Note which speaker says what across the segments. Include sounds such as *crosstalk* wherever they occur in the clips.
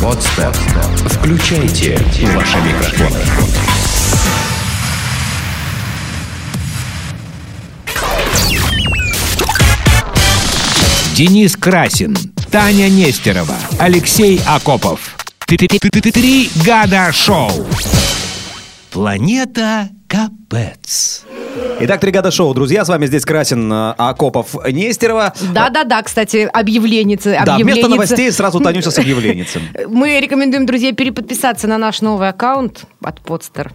Speaker 1: Подкаста. Включайте ваши микрофоны.
Speaker 2: Денис Красин, Таня Нестерова, Алексей Акопов. Три года шоу. Планета Капец.
Speaker 3: Итак, три года шоу, друзья, с вами здесь Красин, э, Акопов, Нестерова.
Speaker 4: Да-да-да, кстати, объявленницы.
Speaker 3: Да, вместо
Speaker 4: объявленницы.
Speaker 3: новостей
Speaker 4: *laughs*
Speaker 3: сразу Танюся с объявленницем.
Speaker 4: Мы рекомендуем, друзья, переподписаться на наш новый аккаунт от Подстер.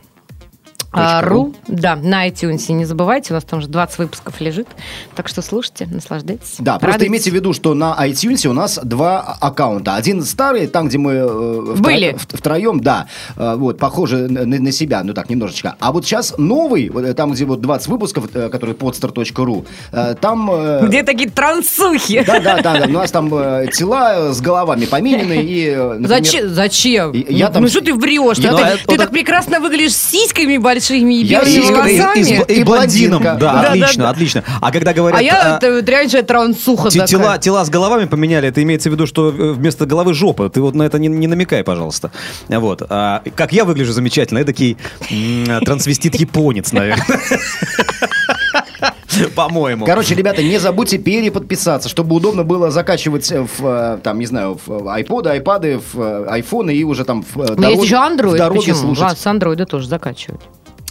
Speaker 4: а, Ру. Да, на iTunes не забывайте, у нас там же 20 выпусков лежит. Так что слушайте, наслаждайтесь.
Speaker 5: Да, просто
Speaker 4: радуйтесь.
Speaker 5: имейте в виду, что на iTunes у нас два аккаунта. Один старый, там, где мы э, втро-
Speaker 4: Были.
Speaker 5: в- втроем, да, э, вот, похоже на, на себя, ну так, немножечко. А вот сейчас новый, вот, э, там, где вот 20 выпусков, э, который podster.ru, э, там... э,
Speaker 4: Где такие трансухи?
Speaker 5: Да, да, да, да, у нас там э, тела с головами поменены и... э, например,
Speaker 4: Зачем? Зачем?
Speaker 5: И- я
Speaker 4: Ну,
Speaker 5: там-
Speaker 4: Ну что ты врешь?
Speaker 5: Я-
Speaker 4: Ты-
Speaker 5: Ну,
Speaker 4: ты-
Speaker 5: а
Speaker 4: Ты
Speaker 5: вот
Speaker 4: так
Speaker 5: это-
Speaker 4: прекрасно выглядишь с сиськами большими и
Speaker 5: Я с
Speaker 4: белыми
Speaker 5: сиськами
Speaker 3: И, с-
Speaker 4: волосами.
Speaker 3: и
Speaker 5: И
Speaker 3: блондином, да,
Speaker 5: блондинка.
Speaker 4: Да,
Speaker 3: отлично,
Speaker 4: да, да.
Speaker 3: отлично. А когда говорят...
Speaker 4: А я
Speaker 3: э,
Speaker 4: э, вот реально трансуха
Speaker 3: те-
Speaker 4: такая.
Speaker 3: тела, тела с головами поменяли, это имеется в виду, что э, вместо головы жопа. Ты вот на это не, не намекай, пожалуйста. Вот. А, как я выгляжу замечательно, эдакий м, трансвестит-японец, наверное. *laughs* По-моему.
Speaker 5: Короче, ребята, не забудьте переподписаться, чтобы удобно было закачивать э, в, э, там, не знаю, в айподы, айпады, в э, айфоны и уже там в
Speaker 4: Ну,
Speaker 5: э,
Speaker 4: есть
Speaker 5: дороге-
Speaker 4: еще
Speaker 5: в
Speaker 4: Android,
Speaker 5: дороге
Speaker 4: почему?
Speaker 5: слушать.
Speaker 4: Ладно, с Android тоже закачивают.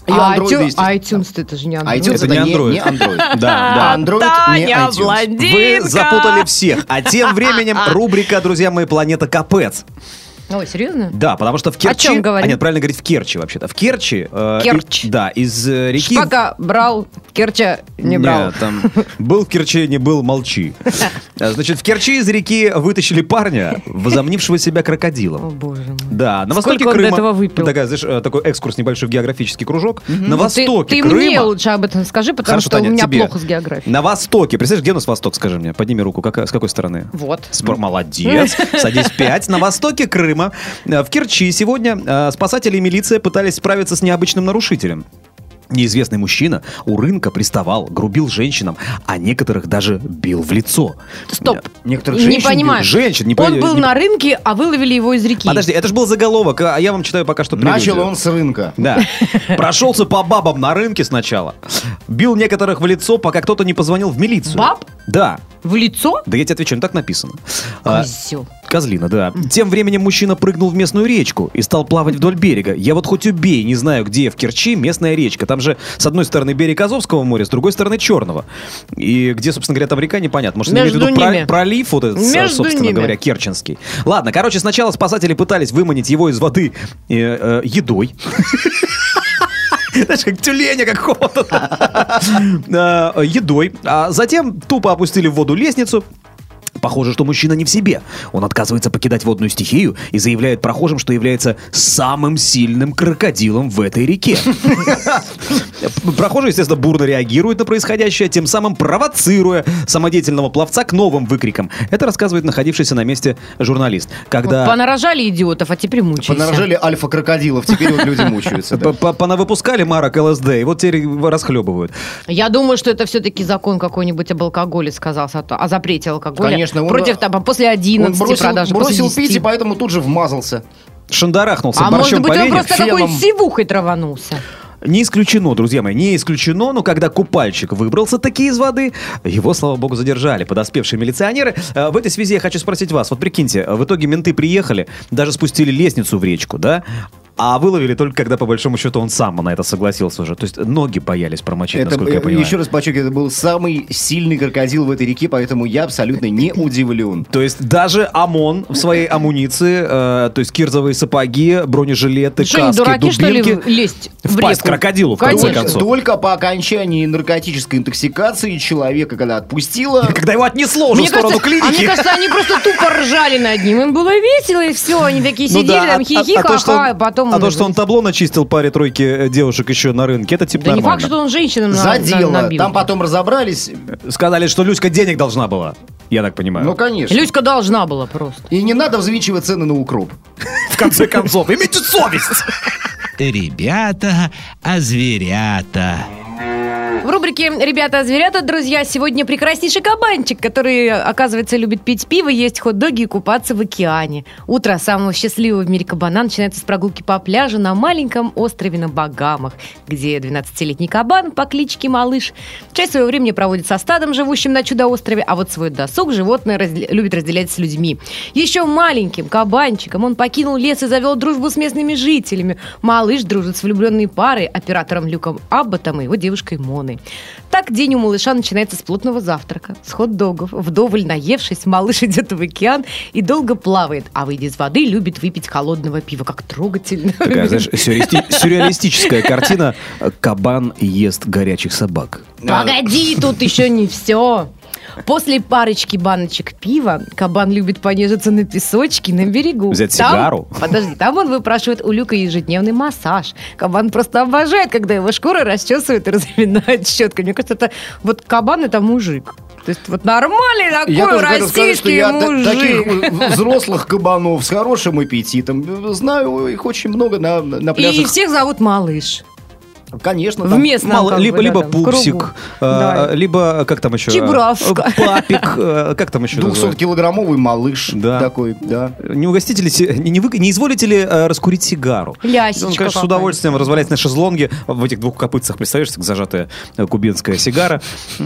Speaker 5: И
Speaker 4: а
Speaker 5: Android,
Speaker 4: iTunes,
Speaker 5: естественно.
Speaker 4: iTunes это же не Android.
Speaker 5: iTunes
Speaker 3: Это
Speaker 5: это,
Speaker 3: не
Speaker 5: не
Speaker 3: Android.
Speaker 5: не Android. Да,
Speaker 3: *laughs* да.
Speaker 5: Android не
Speaker 4: Таня
Speaker 5: iTunes.
Speaker 4: блондинка!
Speaker 3: Вы запутали всех. А тем
Speaker 4: *laughs*
Speaker 3: временем рубрика, друзья мои, «Планета Капец».
Speaker 4: Ой, серьезно?
Speaker 3: Да, потому что в Керчи...
Speaker 4: чем говорим?
Speaker 3: А, нет, правильно говорить в Керчи вообще-то. В Керчи... э,
Speaker 4: Керчь.
Speaker 3: и- да, из э, реки...
Speaker 4: Шпага брал, Керча не брал.
Speaker 3: Нет, там был в Керчи, не был,
Speaker 4: *laughs*
Speaker 3: молчи. А, Значит, в Керчи из реки вытащили парня, возомнившего себя
Speaker 4: О,
Speaker 3: крокодилом.
Speaker 4: боже мой. Ну,
Speaker 3: Да, на востоке
Speaker 4: Сколько он до
Speaker 3: Крыма.
Speaker 4: этого выпил?
Speaker 3: Такая, знаешь, э, такой экскурс небольшой в географический кружок. На
Speaker 4: Ну, ты-
Speaker 3: востоке
Speaker 4: ты,
Speaker 3: Крыма.
Speaker 4: мне лучше об этом скажи, потому
Speaker 3: Хорошо,
Speaker 4: что
Speaker 3: Таня,
Speaker 4: у меня
Speaker 3: тебе.
Speaker 4: плохо с географией.
Speaker 3: На востоке. Представляешь, где у нас восток, скажи мне? Подними руку. Какая- с какой стороны?
Speaker 4: Вот.
Speaker 3: Спор,
Speaker 4: *laughs*
Speaker 3: молодец. Садись пять. На востоке Крыма, э, в Керчи сегодня э, спасатели и милиция пытались справиться с необычным нарушителем. Неизвестный мужчина у рынка приставал, грубил женщинам, а некоторых даже бил в лицо.
Speaker 4: Стоп.
Speaker 5: Некоторых
Speaker 4: Не
Speaker 5: женщин
Speaker 4: понимаю.
Speaker 3: бьют. Женщин, не
Speaker 4: Он
Speaker 3: пони-
Speaker 4: был
Speaker 3: не-
Speaker 4: на рынке, а выловили его из реки.
Speaker 3: Подожди, это же был заголовок, а я вам читаю пока что
Speaker 5: Начал
Speaker 3: прелюдию.
Speaker 5: он с рынка.
Speaker 4: *laughs*
Speaker 3: Да. Прошелся по бабам на рынке сначала. Бил некоторых в лицо, пока кто-то не позвонил в милицию.
Speaker 4: Баб?
Speaker 3: Да.
Speaker 4: В лицо?
Speaker 3: Да я тебе отвечу, ну так написано. А,
Speaker 4: Козел.
Speaker 3: Козлина, да. Тем временем мужчина прыгнул в местную речку и стал плавать вдоль берега. Я вот хоть убей, не знаю, где в Керчи местная речка. Там же с одной стороны берег Азовского моря, с другой стороны Черного. И где, собственно говоря, там река, непонятно. Может, они имеют в виду
Speaker 4: Между
Speaker 3: про-
Speaker 4: ними.
Speaker 3: пролив вот этот, с-
Speaker 4: Между
Speaker 3: собственно
Speaker 4: ними.
Speaker 3: говоря, Керченский. Ладно, короче, сначала спасатели пытались выманить его из воды э, э, едой. *laughs* Знаешь, как тюленя какого-то. Э, Едой. А затем тупо опустили в воду лестницу. Похоже, что мужчина не в себе. Он отказывается покидать водную стихию и заявляет прохожим, что является самым сильным крокодилом в этой реке. *laughs* Прохожие, естественно, бурно реагируют на происходящее, тем самым провоцируя самодеятельного пловца к новым выкрикам. Это рассказывает находившийся на месте журналист. Когда...
Speaker 4: Понарожали идиотов, а теперь мучайся.
Speaker 5: Понарожали альфа-крокодилов, теперь
Speaker 4: *laughs*
Speaker 5: вот люди мучаются. да.
Speaker 3: П- п- Понавыпускали марок ЛСД, и вот теперь расхлебывают.
Speaker 4: Я думаю, что это все-таки закон какой-нибудь об алкоголе сказался, а то- о запрете алкоголя.
Speaker 5: Конечно, он-
Speaker 4: Против там, после
Speaker 5: Он
Speaker 4: 11
Speaker 5: бросил,
Speaker 4: продажи,
Speaker 5: бросил
Speaker 4: после
Speaker 5: пить и
Speaker 4: 10.
Speaker 5: поэтому тут же вмазался.
Speaker 3: Шандарахнулся
Speaker 4: А может
Speaker 3: борщом
Speaker 4: быть,
Speaker 3: по
Speaker 4: он
Speaker 3: Лене.
Speaker 4: просто
Speaker 5: феном.
Speaker 4: какой-нибудь сивухой траванулся.
Speaker 3: Не исключено, друзья мои, не исключено, но когда купальщик выбрался таки из воды, его, слава богу, задержали подоспевшие милиционеры. Э, В этой связи я хочу спросить вас, вот прикиньте, в итоге менты приехали, даже спустили лестницу в речку, да? А выловили только когда, по большому счету, он сам на это согласился уже. То есть ноги боялись промочить,
Speaker 5: Это,
Speaker 3: насколько я
Speaker 5: э,
Speaker 3: понимаю.
Speaker 5: еще раз подчеркиваю, это был самый сильный крокодил в этой реке, поэтому я
Speaker 4: *laughs*
Speaker 5: абсолютно не удивлен.
Speaker 3: То есть даже ОМОН в своей амуниции, э, то есть кирзовые сапоги, бронежилеты,
Speaker 4: Что, они
Speaker 3: каски,
Speaker 4: дураки,
Speaker 3: дубинки.
Speaker 4: что ли, лезть в
Speaker 3: впасть
Speaker 4: реку?
Speaker 3: крокодилу, в конце
Speaker 4: Конечно.
Speaker 3: концов.
Speaker 5: Только по окончании наркотической интоксикации человека, когда отпустило,
Speaker 3: Когда его отнесло уже в сторону
Speaker 4: кажется,
Speaker 3: клиники.
Speaker 4: а мне кажется, они просто тупо ржали над ним. Им было весело, и все. Они такие
Speaker 3: Ну
Speaker 4: сидели,
Speaker 3: да,
Speaker 4: там
Speaker 3: а-
Speaker 4: хихи,
Speaker 3: а- а то, что он-
Speaker 4: а потом...
Speaker 3: А то, что он табло начистил паре-тройке э, девушек еще на рынке, это типа
Speaker 4: Да не факт,
Speaker 3: нормально.
Speaker 4: что он женщинам *laughs* на- на-
Speaker 5: задело.
Speaker 4: набил.
Speaker 5: Там потом разобрались.
Speaker 3: Сказали, что Люська денег должна была. Я так понимаю.
Speaker 5: Ну, конечно.
Speaker 4: Люська должна была просто.
Speaker 5: И не надо взвинчивать цены на укроп.
Speaker 3: в конце концов, имейте
Speaker 4: *laughs*
Speaker 3: совесть!
Speaker 2: Ребята, а зверята.
Speaker 4: В рубрике «Ребята, зверята, друзья» сегодня прекраснейший кабанчик, который, оказывается, любит пить пиво, есть хот-доги и купаться в океане. Утро самого счастливого в мире кабана начинается с прогулки по пляжу на маленьком острове на Багамах, где 12-летний кабан по кличке Малыш часть своего времени проводит со стадом, живущим на чудо-острове, а вот свой досуг животное разде- любит разделять с людьми. Еще маленьким кабанчиком он покинул лес и завел дружбу с местными жителями. Малыш дружит с влюбленной парой, оператором Люком Абботом и его девушкой Моной. Так день у малыша начинается с плотного завтрака, с хот-догов. Вдоволь наевшись, малыш идет в океан и долго плавает, а выйдя из воды, любит выпить холодного пива, как трогательно.
Speaker 3: Такая, знаешь, сюрреалисти-
Speaker 4: *laughs*
Speaker 3: сюрреалистическая картина э, «Кабан ест горячих собак».
Speaker 4: Погоди, тут еще не все. После парочки баночек пива кабан любит понежиться на песочке на берегу.
Speaker 3: Взять
Speaker 4: Там-
Speaker 3: сигару?
Speaker 4: подожди, там он выпрашивает у Люка ежедневный массаж. Кабан просто обожает, когда его шкуры расчесывают и разминают щеткой. Мне кажется, это вот кабан это мужик. То есть вот нормальный такой
Speaker 5: Я тоже хотел сказать, что
Speaker 4: российский
Speaker 5: я та-
Speaker 4: мужик.
Speaker 5: таких э, *laughs* взрослых кабанов с хорошим аппетитом э, знаю, их очень много на, на
Speaker 4: И
Speaker 5: пляжах.
Speaker 4: всех зовут малыш.
Speaker 5: Конечно, там
Speaker 4: Вместо
Speaker 3: Мало- либо либо пупсик, э,
Speaker 4: Да.
Speaker 3: либо, как там еще? э,
Speaker 4: Чебурашка.
Speaker 3: Папик, э, как там еще?
Speaker 5: 200-килограммовый малыш
Speaker 3: Да.
Speaker 5: такой, да.
Speaker 3: Не угостите ли, се- не, вы- не изволите ли э, раскурить сигару?
Speaker 4: Лясечка
Speaker 3: Он, Ну, конечно, с
Speaker 4: какая-нибудь.
Speaker 3: удовольствием разваляется на шезлонге в этих двух копытцах. Представляешь, так зажатая э, кубинская сигара.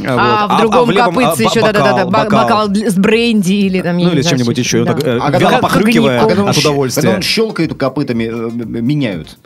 Speaker 4: А,
Speaker 3: вот.
Speaker 4: в другом
Speaker 3: левом,
Speaker 4: копытце
Speaker 3: а, ба-
Speaker 4: еще, да-да-да, ба- бокал д- с бренди или там, я
Speaker 3: Ну
Speaker 4: не
Speaker 3: или
Speaker 4: знаю,
Speaker 3: чем-нибудь еще.
Speaker 4: что-то,
Speaker 3: Он так,
Speaker 4: да.
Speaker 3: э,
Speaker 5: А когда
Speaker 3: вяло
Speaker 5: он пах-
Speaker 3: похрюкивая
Speaker 4: А когда
Speaker 5: он
Speaker 3: от
Speaker 5: щ- Когда
Speaker 3: удовольствия.
Speaker 5: он щелкает копытами, э, м- меняют.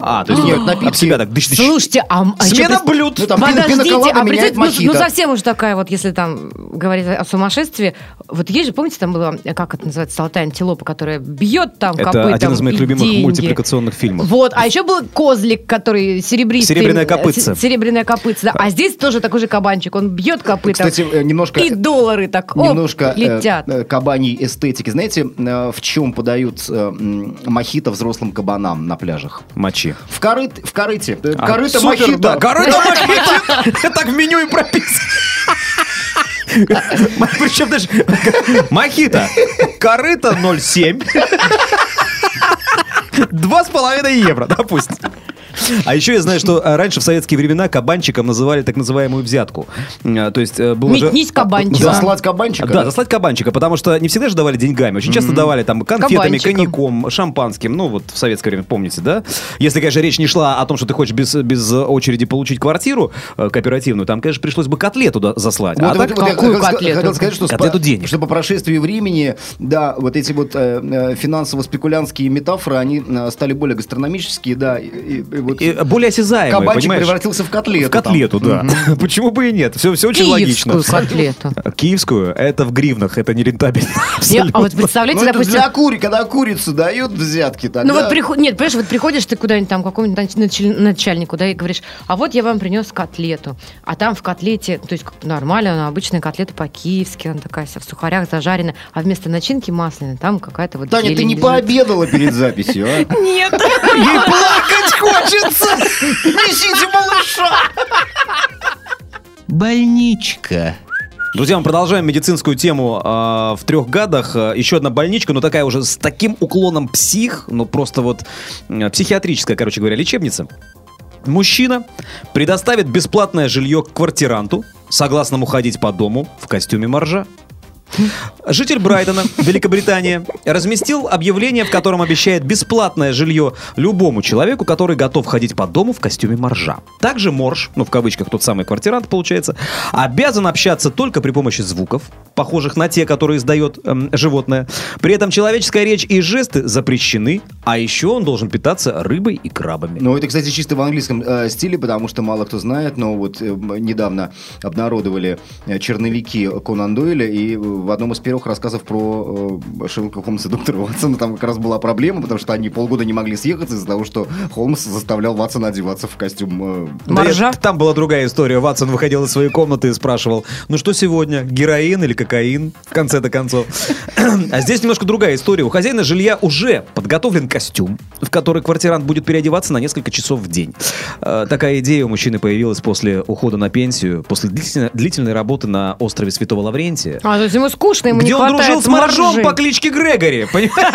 Speaker 3: А, то есть
Speaker 5: Нет,
Speaker 3: нет,
Speaker 5: напитки.
Speaker 3: об себя так дыш-дыш.
Speaker 4: Слушайте, а... а еще
Speaker 3: Смена
Speaker 4: пред-
Speaker 3: блюд.
Speaker 5: Ну, там пина-
Speaker 4: Подождите,
Speaker 5: пинаколада
Speaker 4: а
Speaker 5: меняет
Speaker 4: представьте, ну, ну,
Speaker 5: мохито.
Speaker 4: совсем уж такая вот, если там говорить о сумасшествии. Вот есть же, помните, там было, э, как это называется, золотая антилопа, которая бьет там
Speaker 3: Это
Speaker 4: копытом
Speaker 3: один из моих
Speaker 4: и
Speaker 3: любимых
Speaker 4: деньги.
Speaker 3: мультипликационных фильмов.
Speaker 4: Вот, а еще был козлик, который серебристый. э,
Speaker 3: Серебряное копытце.
Speaker 4: С- Серебряное копытце, да. А здесь тоже такой же кабанчик, он бьет копытом.
Speaker 5: Кстати, э, немножко...
Speaker 4: и доллары так, оп,
Speaker 5: немножко э,
Speaker 4: летят.
Speaker 5: э, кабаней эстетики. Знаете, э, в чем подают э, м, мохито взрослым кабанам на пляжах?
Speaker 3: Мочи.
Speaker 5: В, корыт, в корыте. Э,
Speaker 3: А,
Speaker 5: корыто
Speaker 3: супер,
Speaker 5: мохито.
Speaker 3: Да,
Speaker 5: *laughs*
Speaker 3: корыто мохито. Так в меню и *laughs* прописано. Причем даже мохито. Корыто 0,7. Два с половиной евро, допустим. А еще я знаю, что э, раньше в советские времена кабанчиком называли так называемую взятку. Э, То есть э, было же-
Speaker 4: Метнись, кабанчик.
Speaker 3: Да.
Speaker 5: Заслать кабанчика.
Speaker 3: Да, заслать кабанчика, потому что не всегда же давали деньгами. Очень часто давали там конфетами,
Speaker 4: Кабанчиком.
Speaker 3: коньяком, шампанским. Ну, вот в советское время, помните, да? Если, конечно, речь не шла о том, что ты хочешь без, без очереди получить квартиру э, кооперативную, там, конечно, пришлось бы котлету да- заслать.
Speaker 5: Вот,
Speaker 3: а
Speaker 5: вот,
Speaker 3: так,
Speaker 5: вот я
Speaker 4: какую
Speaker 5: хотел ска-
Speaker 4: котлету?
Speaker 5: хотел сказать, что, с
Speaker 3: Котлету
Speaker 5: по-
Speaker 3: денег.
Speaker 5: что по прошествии времени, да, вот эти вот э, э, финансово-спекулянтские метафоры, они э, стали более гастрономические, да. И, и- и вот
Speaker 3: и более осязаемый,
Speaker 5: кабанчик
Speaker 3: понимаешь?
Speaker 5: превратился в котлету.
Speaker 3: В котлету,
Speaker 5: там.
Speaker 3: да.
Speaker 5: Мгм.
Speaker 3: *laughs* Почему бы и нет? Все, все очень
Speaker 4: Киевскую
Speaker 3: логично.
Speaker 4: котлету.
Speaker 3: Киевскую? Это в гривнах, это не рентабельно.
Speaker 4: Не, а
Speaker 3: абсолютно.
Speaker 4: вот представляете,
Speaker 5: Ну, это
Speaker 4: допустим,
Speaker 5: для кури, когда курицу дают взятки, тогда...
Speaker 4: Ну вот приход... Нет, понимаешь, вот приходишь ты куда-нибудь там, к какому-нибудь нач- начальнику, да, и говоришь, а вот я вам принес котлету. А там в котлете, то есть как нормально, она обычная котлета по-киевски, она такая вся в сухарях зажарена, а вместо начинки масляной там какая-то вот
Speaker 5: Таня, ты
Speaker 4: зелень
Speaker 5: не
Speaker 4: лежит.
Speaker 5: пообедала перед записью,
Speaker 3: *laughs*
Speaker 5: а?
Speaker 4: Нет.
Speaker 5: Ей плакать хочется! Несите малыша!
Speaker 2: Больничка.
Speaker 3: Друзья, мы продолжаем медицинскую тему а, в трех гадах. А, Еще одна больничка, но такая уже с таким уклоном псих, ну просто вот м, психиатрическая, короче говоря, лечебница. Мужчина предоставит бесплатное жилье квартиранту, согласному ходить по дому в костюме моржа. Житель Брайтона, Великобритания, разместил объявление, в котором обещает бесплатное жилье любому человеку, который готов ходить по дому в костюме моржа. Также морж, ну в кавычках тот самый квартирант получается, обязан общаться только при помощи звуков, похожих на те, которые издает эм, животное. При этом человеческая речь и жесты запрещены, а еще он должен питаться рыбой и крабами.
Speaker 5: Ну, это, кстати, чисто в английском э, стиле, потому что мало кто знает, но вот э, м, недавно обнародовали э, черновики Конан Дойля, и э, в одном из первых рассказов про э, Шерлока Холмса и доктора Ватсона там как раз была проблема, потому что они полгода не могли съехаться из-за того, что Холмс заставлял Ватсона одеваться в костюм э,
Speaker 3: Да
Speaker 4: Моржа?
Speaker 3: это- там была другая история. Ватсон выходил из своей комнаты и спрашивал, ну что сегодня, героин или как кокаин, в конце-то концов. А здесь немножко другая история. У хозяина жилья уже подготовлен костюм, в который квартирант будет переодеваться на несколько часов в день. Э, Такая идея у мужчины появилась после ухода на пенсию, после длительно- длительной работы на острове Святого Лаврентия.
Speaker 4: А, то есть ему скучно, ему не
Speaker 3: Где он
Speaker 4: хватает
Speaker 3: дружил с моржом
Speaker 4: моржи.
Speaker 3: по кличке Грегори, понимаете?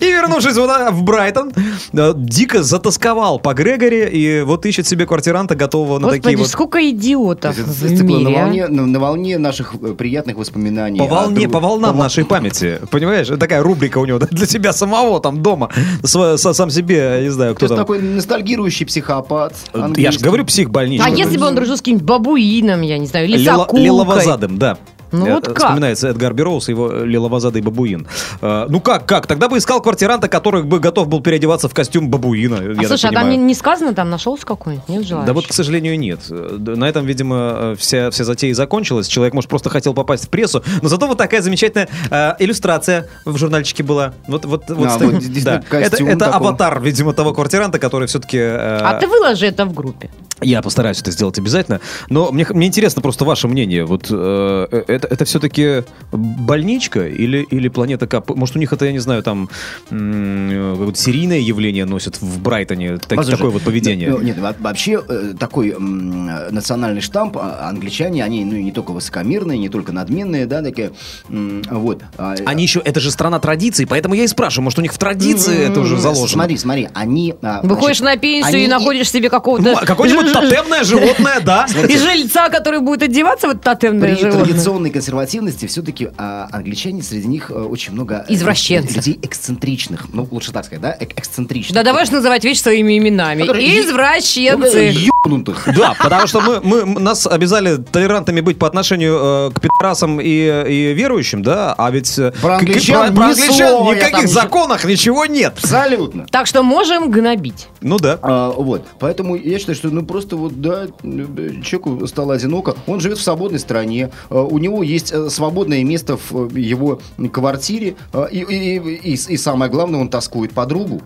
Speaker 3: И вернувшись вот так в Брайтон, э, дико затасковал по Грегори и вот ищет себе квартиранта, готового на
Speaker 4: Господи,
Speaker 3: ну, такие вот...
Speaker 4: сколько идиотов
Speaker 5: Это
Speaker 4: в
Speaker 5: зацикла на
Speaker 4: мире. а.
Speaker 5: волне, на, на волне наших э, приятных воспоминаний.
Speaker 3: По
Speaker 5: о
Speaker 3: волне,
Speaker 5: друг-
Speaker 3: по волнам
Speaker 5: по вол-
Speaker 3: нашей памяти, понимаешь? Такая рубрика у него да, для себя самого там дома, Сво- со- сам себе, я не знаю, кто
Speaker 5: То есть
Speaker 3: там. Э,
Speaker 5: такой ностальгирующий психопат.
Speaker 3: Я же
Speaker 5: английский.
Speaker 3: говорю, псих
Speaker 4: А
Speaker 3: больничный.
Speaker 4: если бы он дружил с каким-нибудь бабуином, я не знаю, или
Speaker 3: Лила-
Speaker 4: сокулкой?
Speaker 3: Лиловозадым, да.
Speaker 4: Ну
Speaker 3: Э,
Speaker 4: вот как?
Speaker 3: Вспоминается Эдгар Бероус и его э, лиловозадый бабуин. Э, ну как, как? Тогда бы искал квартиранта, который бы готов был переодеваться в костюм бабуина. я
Speaker 4: А
Speaker 3: так
Speaker 4: слушай, а там
Speaker 3: понимаю.
Speaker 4: не, не сказано, там нашелся какой-нибудь? Нет желающих?
Speaker 3: Да вот, к сожалению, нет. Э, д- На этом, видимо, э, вся, вся затея и закончилась. Человек, может, просто хотел попасть в прессу. Но зато вот такая замечательная э, иллюстрация в журнальчике была. Вот, вот, вот,
Speaker 5: А,
Speaker 3: с таким-
Speaker 5: вот действительно,
Speaker 3: да. Это,
Speaker 5: костюм
Speaker 3: это
Speaker 5: такой.
Speaker 3: аватар, видимо, того квартиранта, который э, все-таки...
Speaker 4: А ты выложи это в группе.
Speaker 3: Я постараюсь это сделать обязательно. Но мне, х- мне интересно просто ваше мнение. Вот э, э, это, это все-таки больничка или, или планета Кап? Может, у них это, я не знаю, там м, э, какое-то серийное явление носят в Брайтоне, так-
Speaker 5: Послушай,
Speaker 3: такое вот поведение.
Speaker 5: ну, нет, во- вообще э, такой м, э, национальный штамп, а, англичане, они ну, и не только высокомерные, не только надменные, да, такие, м, вот. а,
Speaker 3: Они еще, это же страна традиций, поэтому я и спрашиваю, может, у них в традиции это уже заложено?
Speaker 5: Смотри, смотри, они... а,
Speaker 4: Выходишь на
Speaker 5: значит,
Speaker 4: пенсию
Speaker 5: они-
Speaker 4: и находишь себе
Speaker 3: Ну,
Speaker 4: какого-то...
Speaker 3: а какое-нибудь
Speaker 4: ж- *laughs*
Speaker 3: тотемное животное, да?
Speaker 4: И жильца, который будет одеваться вот тотемное
Speaker 5: При
Speaker 4: животное.
Speaker 5: традиционной консервативности все-таки англичане среди них э, очень много э,
Speaker 4: Извращенцев.
Speaker 5: людей эксцентричных. Ну, лучше так сказать, да? Эк- эксцентричных. Ну,
Speaker 4: Да давай же называть вещи своими именами.
Speaker 5: Которые е-
Speaker 4: Извращенцы.
Speaker 5: Ёбнутых.
Speaker 3: Да, потому что мы, мы- м- нас обязали толерантными быть по отношению э, к пидорасам и, и верующим, да, а ведь э,
Speaker 5: Про
Speaker 3: к- к-
Speaker 5: англичан
Speaker 3: про- про
Speaker 5: ни
Speaker 3: англичан
Speaker 5: слова я
Speaker 3: никаких
Speaker 5: там не-
Speaker 3: законах ничего нет.
Speaker 5: Абсолютно.
Speaker 4: Так что можем гнобить.
Speaker 3: Ну да.
Speaker 5: А, вот, поэтому я считаю, что ну просто вот да, э, человеку стало одиноко, он живет в свободной стране, э, у него есть э, свободное место в э, его квартире, э, и, и- и- и- и самое главное, он тоскует подругу.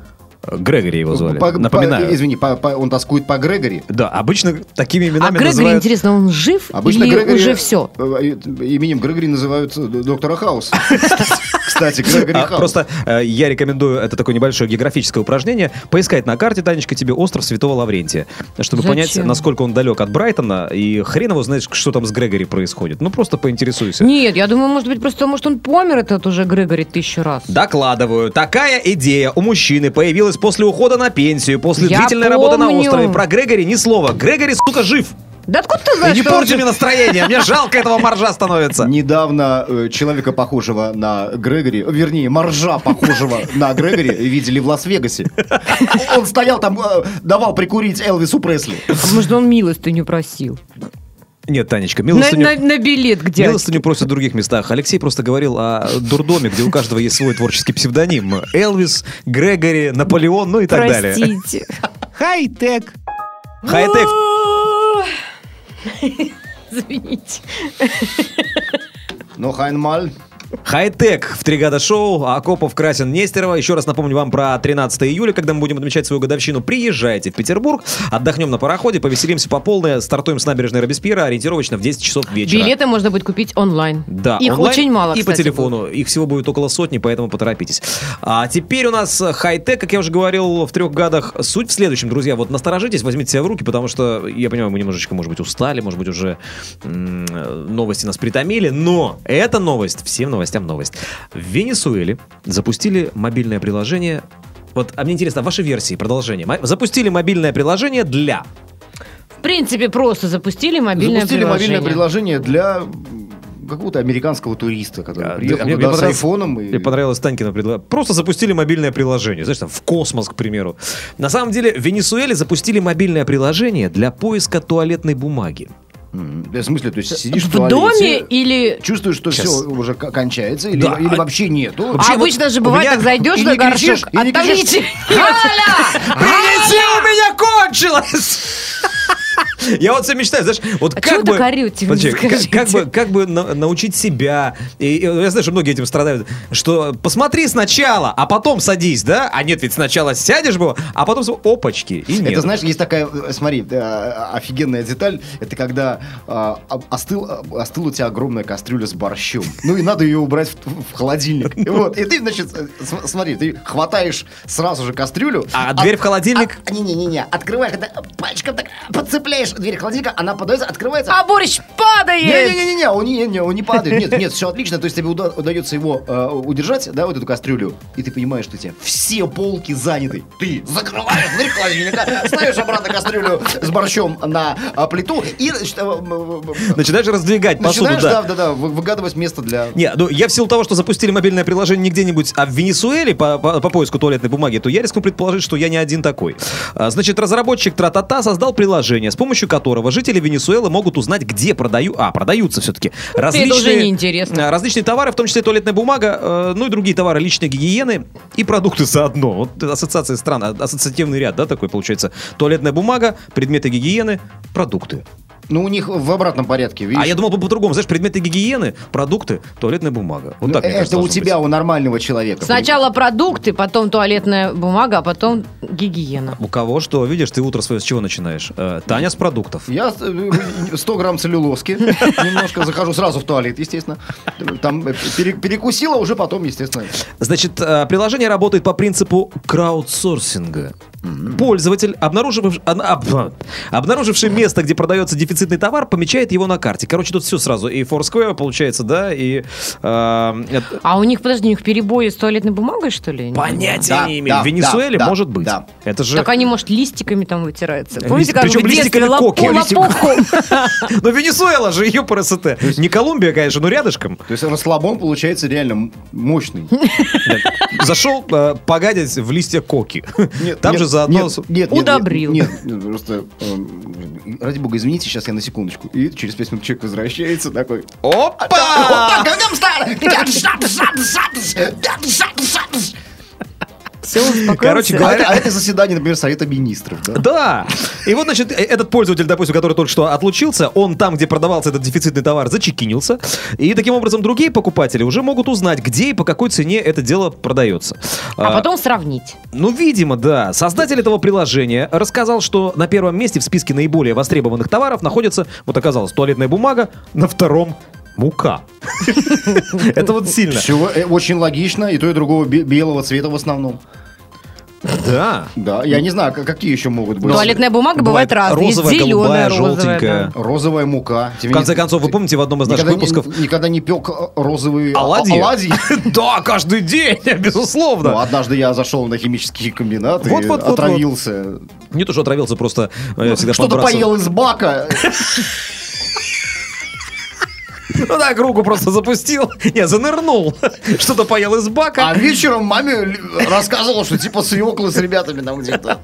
Speaker 3: Грегори его звали.
Speaker 5: По- по-
Speaker 3: Напоминаю.
Speaker 5: извини, по- по- он тоскует по Грегори.
Speaker 3: Да, обычно такими
Speaker 4: А
Speaker 3: именами
Speaker 4: Грегори,
Speaker 3: называют...
Speaker 4: интересно, он жив
Speaker 5: Обычно
Speaker 4: или
Speaker 5: Грегори,
Speaker 4: уже все?
Speaker 5: э, э, Именем Грегори называют э, доктора Хауса. Кстати, Грегори
Speaker 3: А,
Speaker 5: Хаус.
Speaker 3: Просто э, я рекомендую, это такое небольшое географическое упражнение, поискать на карте, Танечка, тебе остров Святого Лаврентия, чтобы
Speaker 4: Зачем?
Speaker 3: понять, насколько он далек от Брайтона, и хрен его знает, что там с Грегори происходит. Ну, просто поинтересуйся.
Speaker 4: Нет, я думаю, может быть, просто, может, он помер этот уже Грегори тысячу раз.
Speaker 3: Докладываю, такая идея у мужчины появилась после ухода на пенсию, после
Speaker 4: Я
Speaker 3: длительной работы на
Speaker 4: помню.
Speaker 3: острове. Про Грегори ни слова. Грегори, сука, жив.
Speaker 4: Да откуда ты
Speaker 3: И
Speaker 4: знаешь,
Speaker 3: не
Speaker 4: что он
Speaker 3: порти
Speaker 4: жив?
Speaker 3: мне настроение, мне жалко этого моржа становится.
Speaker 5: Недавно э, человека, похожего на Грегори, вернее, моржа, похожего *laughs* на Грегори, видели в Лас-Вегасе. Он стоял там, э, давал прикурить Элвису Пресли.
Speaker 4: А Может, он милостыню просил?
Speaker 3: Нет, Танечка,
Speaker 4: На,
Speaker 3: милостыню...
Speaker 4: на- на билет где?
Speaker 3: Милостыню просят в других местах. Алексей просто говорил о дурдоме, где у каждого есть свой творческий псевдоним. Элвис, Грегори, Наполеон, ну и так далее.
Speaker 4: Простите.
Speaker 2: Хай-тек.
Speaker 4: Ну,
Speaker 3: Хай-тек.
Speaker 4: *laughs* Извините.
Speaker 5: Но Хайнмаль...
Speaker 3: Хай-тек в три года шоу. а Акопов, Красин, Нестерова. Еще раз напомню вам про 13 июля, когда мы будем отмечать свою годовщину. Приезжайте в Петербург, отдохнем на пароходе, повеселимся по полной. Стартуем с набережной Робеспьера ориентировочно в 10 часов вечера.
Speaker 4: Билеты можно будет купить онлайн.
Speaker 3: Да,
Speaker 4: Их
Speaker 3: онлайн
Speaker 4: очень мало,
Speaker 3: И по
Speaker 4: кстати,
Speaker 3: телефону. Их всего будет около сотни, поэтому поторопитесь. А теперь у нас э, хай-тек, как я уже говорил, в трех гадах. Суть в следующем, друзья. Вот насторожитесь, возьмите себя в руки, потому что, я понимаю, мы немножечко, может быть, устали, может быть, уже м, э, новости нас притомили, но эта новость, всем новостям новость. В Венесуэле запустили мобильное приложение. Вот, а мне интересно, ваши версии, продолжение. Мо- Запустили мобильное приложение для...
Speaker 4: В принципе, просто запустили мобильное
Speaker 5: Запустили мобильное
Speaker 4: приложение.
Speaker 5: приложение для м, какого-то американского туриста, который
Speaker 3: А,
Speaker 5: приехал
Speaker 3: мне- мне
Speaker 5: туда с
Speaker 3: понравилось-
Speaker 5: айфоном. и-
Speaker 3: Мне понравилось Танькино предложение. Просто запустили мобильное приложение. Знаешь, там в космос, к примеру. На самом деле, в Венесуэле запустили мобильное приложение для поиска туалетной бумаги.
Speaker 5: М, В смысле, то есть сидишь в,
Speaker 4: В доме
Speaker 5: туалете,
Speaker 4: или...
Speaker 5: Чувствуешь, что
Speaker 3: Сейчас.
Speaker 5: все уже к- кончается, или,
Speaker 3: Да.
Speaker 5: или вообще нету.
Speaker 4: А обычно же бывает,
Speaker 3: меня-
Speaker 4: так зайдешь
Speaker 5: и
Speaker 4: на
Speaker 5: не
Speaker 4: горшок,
Speaker 5: кричишь, и
Speaker 4: а
Speaker 5: не
Speaker 4: там
Speaker 5: кричишь.
Speaker 4: А! ничего- Галя!
Speaker 3: Принеси, у меня кончилось! *laughs* Я вот все мечтаю, знаешь, вот
Speaker 4: А
Speaker 3: как
Speaker 4: чего
Speaker 3: бы...
Speaker 4: так орете, вы
Speaker 3: Подожди,
Speaker 4: мне
Speaker 3: как-
Speaker 4: скажите?
Speaker 3: Как, бы, как бы на- научить себя, и, и я знаю, что многие этим страдают, что посмотри сначала, а потом садись, да? А нет, ведь сначала сядешь было, а потом с- опачки, и нет.
Speaker 5: Это, знаешь, есть такая, э, смотри, э, офигенная деталь. Это когда э, об- остыл, э, остыл у тебя огромная кастрюля с борщом. Ну и надо ее убрать в, в холодильник. И Вот. И ты, значит, э, см- смотри, ты хватаешь сразу же кастрюлю.
Speaker 3: А дверь в холодильник?
Speaker 5: а- Не-не-не, открываешь, когда пальчиком так подцепляешь дверь холодильника, она подается, открывается.
Speaker 4: А борщ падает!
Speaker 5: Не-не-не, он не, не, он не падает. Нет, нет, все отлично. То есть тебе уда- удается его э, удержать, да, вот эту кастрюлю. И ты понимаешь, что у тебя все полки заняты. Ты закрываешь дверь холодильника, ставишь обратно кастрюлю с борщом на а, плиту и значит, э, м, м, м,
Speaker 3: Начинаешь раздвигать посуду,
Speaker 5: начинаешь,
Speaker 3: да.
Speaker 5: да, да, да, вы- выгадывать место для.
Speaker 3: Не, ну я в силу того, что запустили мобильное приложение не где-нибудь, а в Венесуэле по, по- по поиску туалетной бумаги, то я рискну предположить, что я не один такой. А, Значит, разработчик Тратата создал приложение, с помощью которого жители Венесуэлы могут узнать, где продаю... А, продаются все-таки.
Speaker 4: уже неинтересно.
Speaker 3: а, Различные товары, в том числе туалетная бумага, э, ну и другие товары личной гигиены и продукты заодно. Вот ассоциация стран, а- ассоциативный ряд, да, такой получается. Туалетная бумага, предметы гигиены, продукты.
Speaker 5: Ну, у них в обратном порядке, видишь?
Speaker 3: А я думал по- по-другому, знаешь, предметы гигиены, продукты, туалетная бумага. Вот
Speaker 5: Ну,
Speaker 3: так, мне
Speaker 5: это
Speaker 3: кажется,
Speaker 5: у
Speaker 3: должно
Speaker 5: тебя,
Speaker 3: быть.
Speaker 5: у нормального человека.
Speaker 4: Сначала продукты, потом туалетная бумага, а потом гигиена.
Speaker 3: У кого что, видишь, ты утро свое с чего начинаешь? Э, Таня с продуктов.
Speaker 5: Я э, 100 грамм целлюлоски, немножко захожу сразу в туалет, естественно. Там э, пере- перекусила, уже потом, естественно.
Speaker 3: Значит, э, приложение работает по принципу краудсорсинга. Пользователь, обнаружив- об- об- обнаруживший место, где продается дефицитный товар, помечает его на карте. Короче, тут все сразу. И Foursquare получается, да, и... э, это-
Speaker 4: А у них, подожди, у них перебои с туалетной бумагой, что ли?
Speaker 3: понятия
Speaker 5: Да,
Speaker 3: не имею.
Speaker 5: да,
Speaker 3: В Венесуэле
Speaker 5: да, да,
Speaker 3: может быть.
Speaker 5: да.
Speaker 3: Это же... *laughs*
Speaker 4: Так а они, может, листиками там вытираются.
Speaker 3: Лист-
Speaker 4: Помните, как
Speaker 3: причем
Speaker 4: в детстве
Speaker 3: листиками
Speaker 4: лапу-
Speaker 3: коки. Листик-
Speaker 4: лопуху?
Speaker 3: Но Ну, Венесуэла же ее ПРСТ. Не Колумбия, конечно, но рядышком.
Speaker 5: То есть расслабон получается реально м-
Speaker 3: *laughs*
Speaker 5: мощный.
Speaker 3: Зашел э, погадить в листья коки.
Speaker 5: Нет,
Speaker 3: Там
Speaker 5: нет,
Speaker 3: же заодно...
Speaker 5: нет,
Speaker 3: с-
Speaker 5: нет, нет,
Speaker 4: Удобрил.
Speaker 5: Нет, нет, просто... эм, ради бога, извините, сейчас я на секундочку. И через пять минут человек возвращается такой...
Speaker 3: Опа!
Speaker 4: Все, успокоился.
Speaker 3: Короче
Speaker 5: А
Speaker 3: говоря, э,
Speaker 5: это, а это заседание, например, Совета Министров, да?
Speaker 3: Да. И вот, значит, э- этот пользователь, допустим, который только что отлучился, он там, где продавался этот дефицитный товар, зачекинился. И таким образом другие покупатели уже могут узнать, где и по какой цене это дело продается.
Speaker 4: А
Speaker 3: А,
Speaker 4: потом сравнить.
Speaker 3: Ну, видимо, да. Создатель этого приложения рассказал, что на первом месте в списке наиболее востребованных товаров находится, вот оказалось, туалетная бумага, на втором мука. *laughs* Это вот сильно.
Speaker 5: Всё, э, очень логично, и то, и другого бе- белого цвета в основном.
Speaker 3: Да.
Speaker 5: Да, я не знаю, к- какие еще могут быть.
Speaker 4: Туалетная бумага бывает разная. Есть
Speaker 3: розовая, голубая,
Speaker 4: зеленая, розовая.
Speaker 3: желтенькая.
Speaker 4: да.
Speaker 5: Розовая мука.
Speaker 3: В конце концов, вы помните в одном из наших
Speaker 5: Никогда не-
Speaker 3: выпусков
Speaker 5: никогда не пек розовые а-
Speaker 3: Оладьи? *laughs*
Speaker 5: оладьи.
Speaker 3: Да, каждый день, *laughs*
Speaker 5: Ну,
Speaker 3: безусловно.
Speaker 5: однажды я зашел на химический комбинат
Speaker 3: Вот,
Speaker 5: и
Speaker 3: вот, вот,
Speaker 5: отравился.
Speaker 3: Не то, что отравился, просто э, всегда
Speaker 5: Что-то
Speaker 3: подбрасывал.
Speaker 5: поел из бака.
Speaker 3: Ну так, руку просто запустил. *laughs* Не, занырнул. *laughs* Что-то поел из
Speaker 5: А
Speaker 3: бака.
Speaker 5: вечером маме л- рассказывал, что типа свеклы с ребятами там где-то.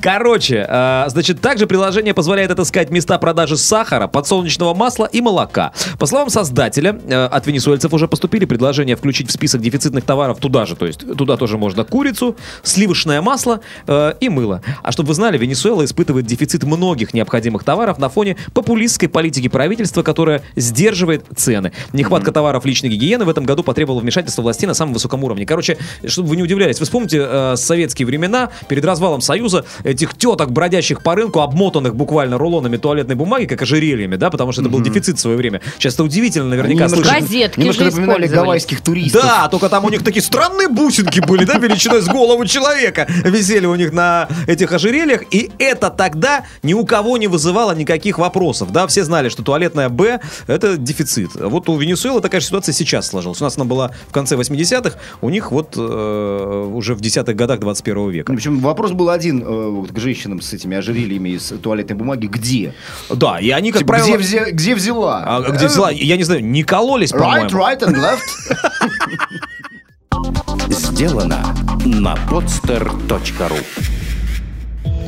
Speaker 3: Короче, э, значит, также приложение позволяет отыскать места продажи сахара, подсолнечного масла и молока. По словам создателя, э, от венесуэльцев уже поступили предложения включить в список дефицитных товаров туда же. То есть туда тоже можно курицу, сливочное масло э, и мыло. А чтобы вы знали, Венесуэла испытывает дефицит многих необходимых товаров на фоне популистской политики правительства, которая сдерживает цены. Нехватка товаров личной гигиены в этом году потребовала вмешательства властей на самом высоком уровне. Короче, чтобы вы не удивлялись, вы вспомните э, советские времена, перед развалом Союза, этих теток, бродящих по рынку, обмотанных буквально рулонами туалетной бумаги, как ожерельями, да, потому что это был дефицит в свое время. Сейчас это удивительно наверняка
Speaker 5: Они
Speaker 3: слышно.
Speaker 4: Розетки
Speaker 5: Немножко
Speaker 4: же
Speaker 5: напоминали
Speaker 4: использовали.
Speaker 5: гавайских туристов.
Speaker 3: Да, только там у них такие странные бусинки были, да, величиной с голову человека. Висели у них на этих ожерельях, и это тогда ни у кого не вызывало никаких вопросов, да. Все знали, что туалетная Б – это дефицит. Вот у Венесуэлы такая же ситуация сейчас сложилась. У нас она была в конце 80-х, у них вот э, уже в 10-х годах 21 века.
Speaker 5: Ну, Причем вопрос был один э, вот к женщинам с этими ожерельями из туалетной бумаги. Где?
Speaker 3: Да, и они, как
Speaker 5: Типа,
Speaker 3: правило...
Speaker 5: где, взя- где взяла?
Speaker 3: А, где взяла? Я не знаю, не кололись,
Speaker 5: Э, Right,
Speaker 3: по-моему.
Speaker 5: right and left.
Speaker 1: Сделано на podster.ru